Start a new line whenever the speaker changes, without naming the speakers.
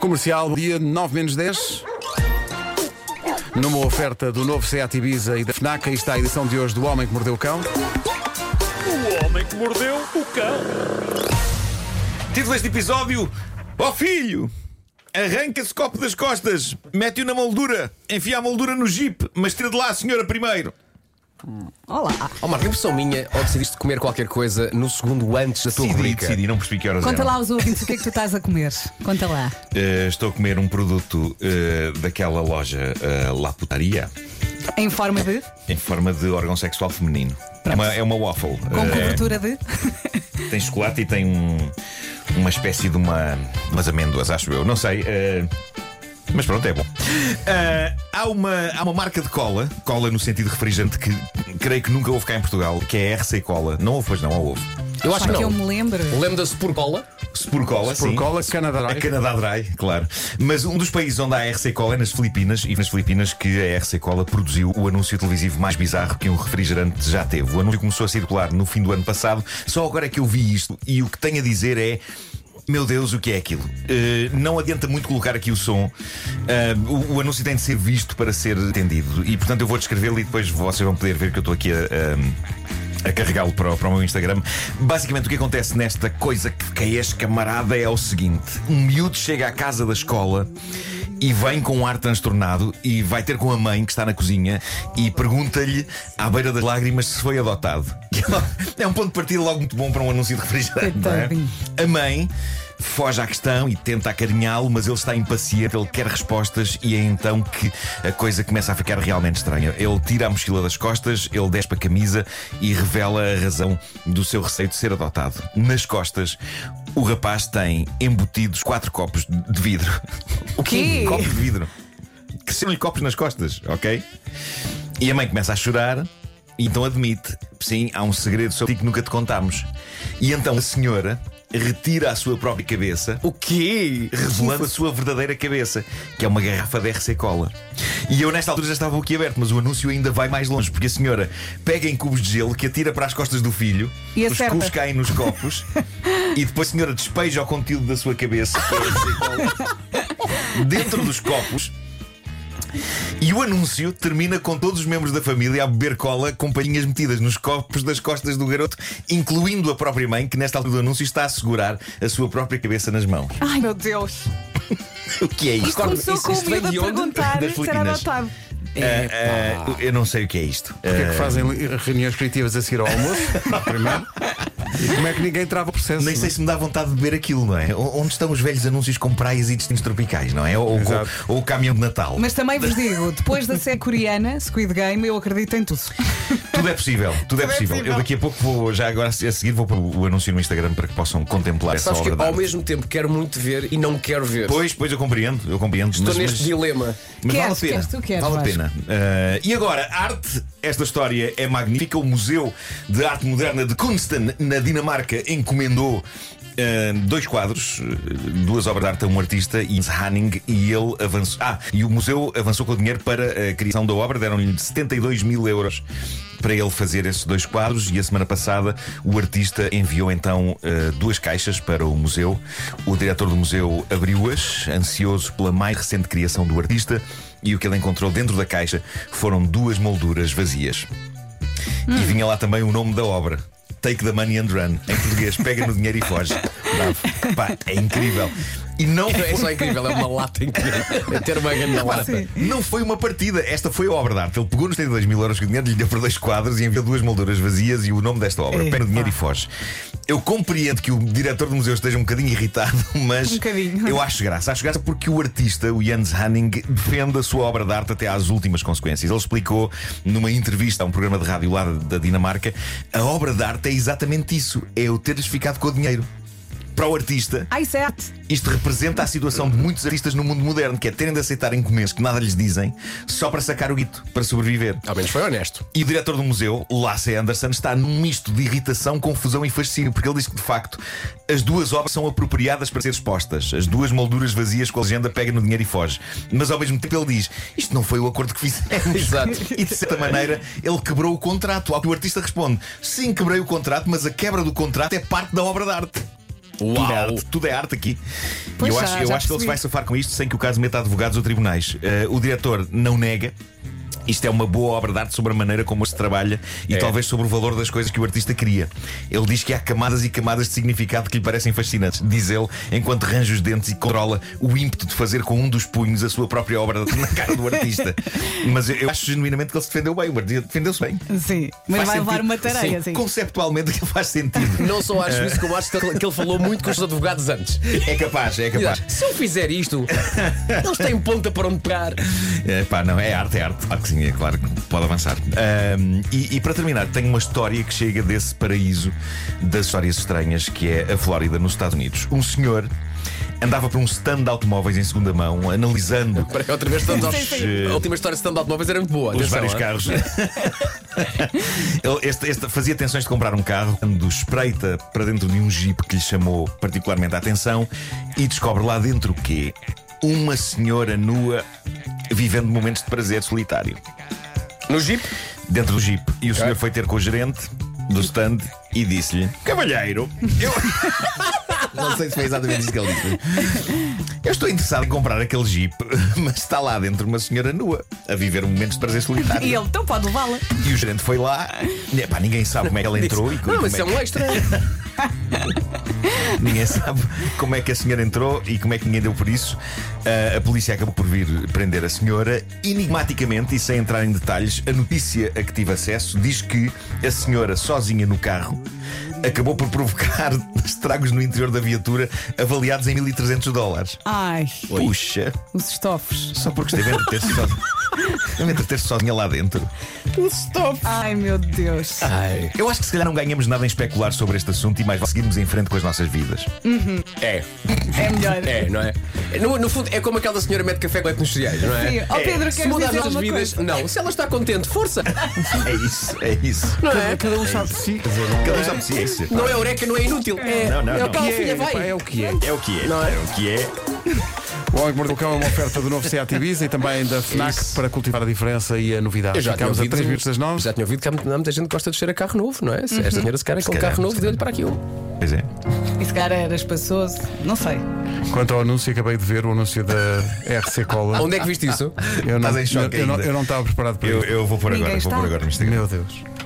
Comercial, dia 9 menos 10. Numa oferta do novo Seat Ibiza e da FNAC, aí está a edição de hoje do Homem que Mordeu o Cão.
O homem que mordeu o cão.
Título deste episódio: Ó filho! Arranca-se copo das costas, mete-o na moldura, enfia a moldura no jipe, mas tira de lá a senhora primeiro.
Olá.
Oh, Marco, impressão minha ou decidiste comer qualquer coisa no segundo antes da tua
Decidi,
rubrica?
decidi, não percebi que horas
Conta
eram.
lá aos ouvintes o que é que tu estás a comer. Conta lá.
Eh, estou a comer um produto eh, daquela loja eh, Laputaria,
Em forma de.
em forma de órgão sexual feminino. É uma, é uma waffle.
Com
Eh,
cobertura de.
tem chocolate e tem um, uma espécie de uma, umas amêndoas, acho eu. Não sei. eh, mas pronto, é bom. Eh, há, uma, há uma marca de cola, cola no sentido refrigerante, que creio que nunca houve cá em Portugal, que é a RC Cola. Não houve, pois não, ou houve.
Eu acho
Só
que
que eu
não.
me lembro.
Lembra-se por cola?
Por cola,
Por
sim.
cola, Canadá.
A
É
Canadá Dry, claro. Mas um dos países onde há RC Cola é nas Filipinas, e nas Filipinas que a RC Cola produziu o anúncio televisivo mais bizarro que um refrigerante já teve. O anúncio começou a circular no fim do ano passado, só agora é que eu vi isto, e o que tenho a dizer é. Meu Deus, o que é aquilo? Eh, não adianta muito colocar aqui o som. Eh, o, o anúncio tem de ser visto para ser entendido. E portanto eu vou descrevê-lo e depois vocês vão poder ver que eu estou aqui a, a- a carregá-lo para, o- para o meu Instagram. Basicamente, o que acontece nesta coisa que caies camarada é o seguinte: um miúdo chega à casa da escola. E vem com um ar transtornado e vai ter com a mãe que está na cozinha e pergunta-lhe, à beira das lágrimas, se foi adotado. É um ponto de partida logo muito bom para um anúncio de refrigerante. não é?
Coitadinho.
A mãe foge à questão e tenta acarinhá-lo, mas ele está impaciente, ele quer respostas e é então que a coisa começa a ficar realmente estranha. Ele tira a mochila das costas, ele despe a camisa e revela a razão do seu receio de ser adotado. Nas costas, o rapaz tem embutidos quatro copos de vidro. O
quê?
Copo de vidro. Cresceram-lhe copos nas costas, ok? E a mãe começa a chorar e então admite: sim, há um segredo sobre ti que nunca te contámos. E então a senhora retira a sua própria cabeça,
O quê?
revelando a sua verdadeira cabeça, que é uma garrafa de RC Cola. E eu, nesta altura, já estava aqui aberto, mas o anúncio ainda vai mais longe, porque a senhora pega em cubos de gelo que atira para as costas do filho,
E
os
acerta.
cubos caem nos copos, e depois a senhora despeja o conteúdo da sua cabeça que é RC Cola, dentro dos copos. E o anúncio termina com todos os membros da família a beber cola com palhinhas metidas nos copos das costas do garoto, incluindo a própria mãe, que nesta altura do anúncio está a segurar a sua própria cabeça nas mãos.
Ai meu Deus.
O que é isto?
Acorda-me,
Começou
isso-
com o
isto vem
miúdo a
de onde?
perguntar
Das
se era
Filipinas.
adotado.
Ah, ah, eu não sei o que é isto.
Porquê é que fazem li- reuniões criativas a seguir ao almoço? Primeiro. E como é que ninguém trava o processo?
Nem sei se me dá vontade de beber aquilo, não é? O- Onde estão os velhos anúncios com praias e destinos tropicais, não é? Ou,
Exato.
ou- ou o caminhão de Natal.
Mas também vos digo, depois da série coreana, Squid Game, eu acredito em tudo.
Tudo é possível, tudo, é, possível. Eu daqui a pouco vou, já agora a seguir, vou para o anúncio no Instagram para que possam contemplar essa
Sabes que
obra.
eu,
de
ao
arte.
mesmo tempo quero muito ver e não quero ver.
Pois, pois eu compreendo, eu compreendo.
Estou
mas-
neste
mas-
dilema.
Mas
Queres,
vale a pena.
queres, tu queres,
vale a
Vasco.
pena. Eh, e agora, arte. Esta história é magnífica. O Museu de Arte Moderna de Kunsten, na Dinamarca, encomendou. eh, dois quadros, eh, duas obras de arte a um artista, Jens Hanning, e ele avançou. Ah, e o museu avançou com o dinheiro para a criação da obra, deram-lhe 72 mil euros para ele fazer esses dois quadros. E a semana passada o artista enviou então eh, duas caixas para o museu. O diretor do museu abriu-as, ansioso pela mais recente criação do artista, e o que ele encontrou dentro da caixa foram duas molduras vazias. E vinha lá também o nome da obra. Take the money and run. Em português, pega no dinheiro e foge. Bravo. Pá, é incrível. E não
É
foi,
só incrível, é uma lata incrível. É ter uma grande lata.
Sim.
não foi uma partida. Esta foi a obra de arte. Ele pegou nos 32 mil euros que o dinheiro lhe deu para dois quadros e enviou duas molduras vazias e o nome desta obra. Pega no dinheiro e foge. Eu compreendo que o diretor do museu esteja um bocadinho irritado, mas
Um bocadinho.
eu acho graça. Acho graça porque o artista, o Jens Hanning, defende a sua obra de arte até às últimas consequências. Ele explicou numa entrevista a um programa de rádio lá da Dinamarca: a obra de arte é exatamente isso. É eu teres ficado com o dinheiro. Para o artista,
Ai, certo.
isto representa a situação de muitos artistas no mundo moderno, que é terem de aceitar encomendas que nada lhes dizem, só para sacar o guito, para sobreviver.
Ao menos foi honesto.
E o diretor do museu, Lasse Anderson, está num misto de irritação, confusão e fascínio, porque ele diz que, de facto, as duas obras são apropriadas para ser expostas. As duas molduras vazias com a legenda pega no dinheiro e foge. Mas, ao mesmo tempo, ele diz: Isto não foi o acordo que fizemos.
Exato.
E, de certa maneira, ele quebrou o contrato. Ao que o artista responde: Sim, quebrei o contrato, mas a quebra do contrato é parte da obra de arte. Tudo é
Uau.
arte, tudo é arte aqui.
Pois
eu
já,
acho, eu
já
acho que ele
percebi.
se vai safar com isto sem que o caso meta advogados ou tribunais. Eh, o diretor não nega. Isto é uma boa obra de arte sobre a maneira como se trabalha e
É.
talvez sobre o valor das coisas que o artista cria. Ele diz que há camadas e camadas de significado que lhe parecem fascinantes, diz ele, enquanto range os dentes e controla o ímpeto de fazer com um dos punhos a sua própria obra na cara do artista. Mas eu, eu acho genuinamente que ele se defendeu bem, o artista defendeu-se bem.
Sim, mas
Faz
vai levar
sentido.
uma tareia,
Sim,
sim.
Conceptualmente aquilo faz sentido.
Não só acho isso, como acho que ele- que ele falou muito com os advogados antes.
É capaz, é capaz.
Se eu fizer isto, eles têm ponta para onde pegar.
É, pá, não, é arte, é arte. Claro que sim, é claro que pode avançar. Ahm, e, e para terminar, tenho uma história que chega desse paraíso das histórias estranhas, que é a Flórida, nos Estados Unidos. Um senhor andava por um stand de automóveis em segunda mão, analisando
Espera aí, outra vez, stand
Sim, sim.
A última história de stand-up móveis era muito boa.
os
atenção,
vários
ah.
carros. Ele este- este fazia tensões de comprar um carro quando espreita para dentro de um jeep que lhe chamou particularmente a atenção e descobre lá dentro que uma senhora nua vivendo momentos de prazer solitário.
No Jeep?
dentro do Jeep. E o senhor foi ter com o gerente do stand e disse-lhe: Cavalheiro, eu. Não sei se foi exatamente isso que ele disse. Eu estou interessado em comprar aquele Jeep, mas está lá dentro uma senhora nua, a viver momentos de prazer solitário.
E ele, então pode levá-la.
E o gerente foi lá, e, pá, ninguém sabe como é que ela entrou e como,
Não, mas
como
isso é um extra.
Ninguém sabe como é que a senhora entrou e como é que ninguém deu por isso. Ah, a polícia acabou por vir prender a senhora. Enigmaticamente, e sem entrar em detalhes, a notícia a que tive acesso diz que a senhora, sozinha no carro, acabou por provocar estragos no interior da viatura avaliados em 1.300 dólares.
Ai,
Puxa,
os estofos.
só porque esteve a entreter-se sozinha. Esteve a entreter-se sozinha lá dentro. Um
Ai, meu Deus.
Ai.
Eu acho que se calhar não ganhamos nada em especular sobre este assunto e mais vale seguirmos em frente com as nossas vidas.
É,
É melhor.
é, não é? No, no fundo, é como aquela senhora mete café com leite nos cereais, não é?
Sim. Oh, Pedro,
Se
queres
mudar as
dizer
nossas
alguma
vidas,
coisa?
não. Se ela está contente, força!
É isso, é isso.
Não é?
Cada um sabe de si. Quer dizer,
Cada um sabe se é isso.
Não é eureka, não é inútil. É,
Não, não,
é
não.
o que a
é,
filha
pá,
vai.
é o que é.
É o que é.
Não é?
é o que é.
O Homem que Mordeu o Cão é uma oferta do novo Seat Ibiza e também da FNAC
Isso.
para cultivar a diferença e a novidade.
Eu já
Ficámos a
tinha
3
ouvido-
minutos das 9.
Já tinha ouvido que há muita há muita gente que gosta de cheiro a carro novo, não é? Se esta senhora se cara com um
calhar,
carro novo,
se
deu-lhe para aquilo.
Pois é.
Esse cara era espaçoso. Não sei.
Quanto ao anúncio, acabei de ver o anúncio da RC Cola.
Onde é que viste isso?
Eu não,
Estás em choque
eu, eu não,
ainda.
eu não estava preparado para
Eu,
isso.
eu vou pôr
Ninguém
agora, vou
está.
pôr agora no Instagram.
Meu Deus.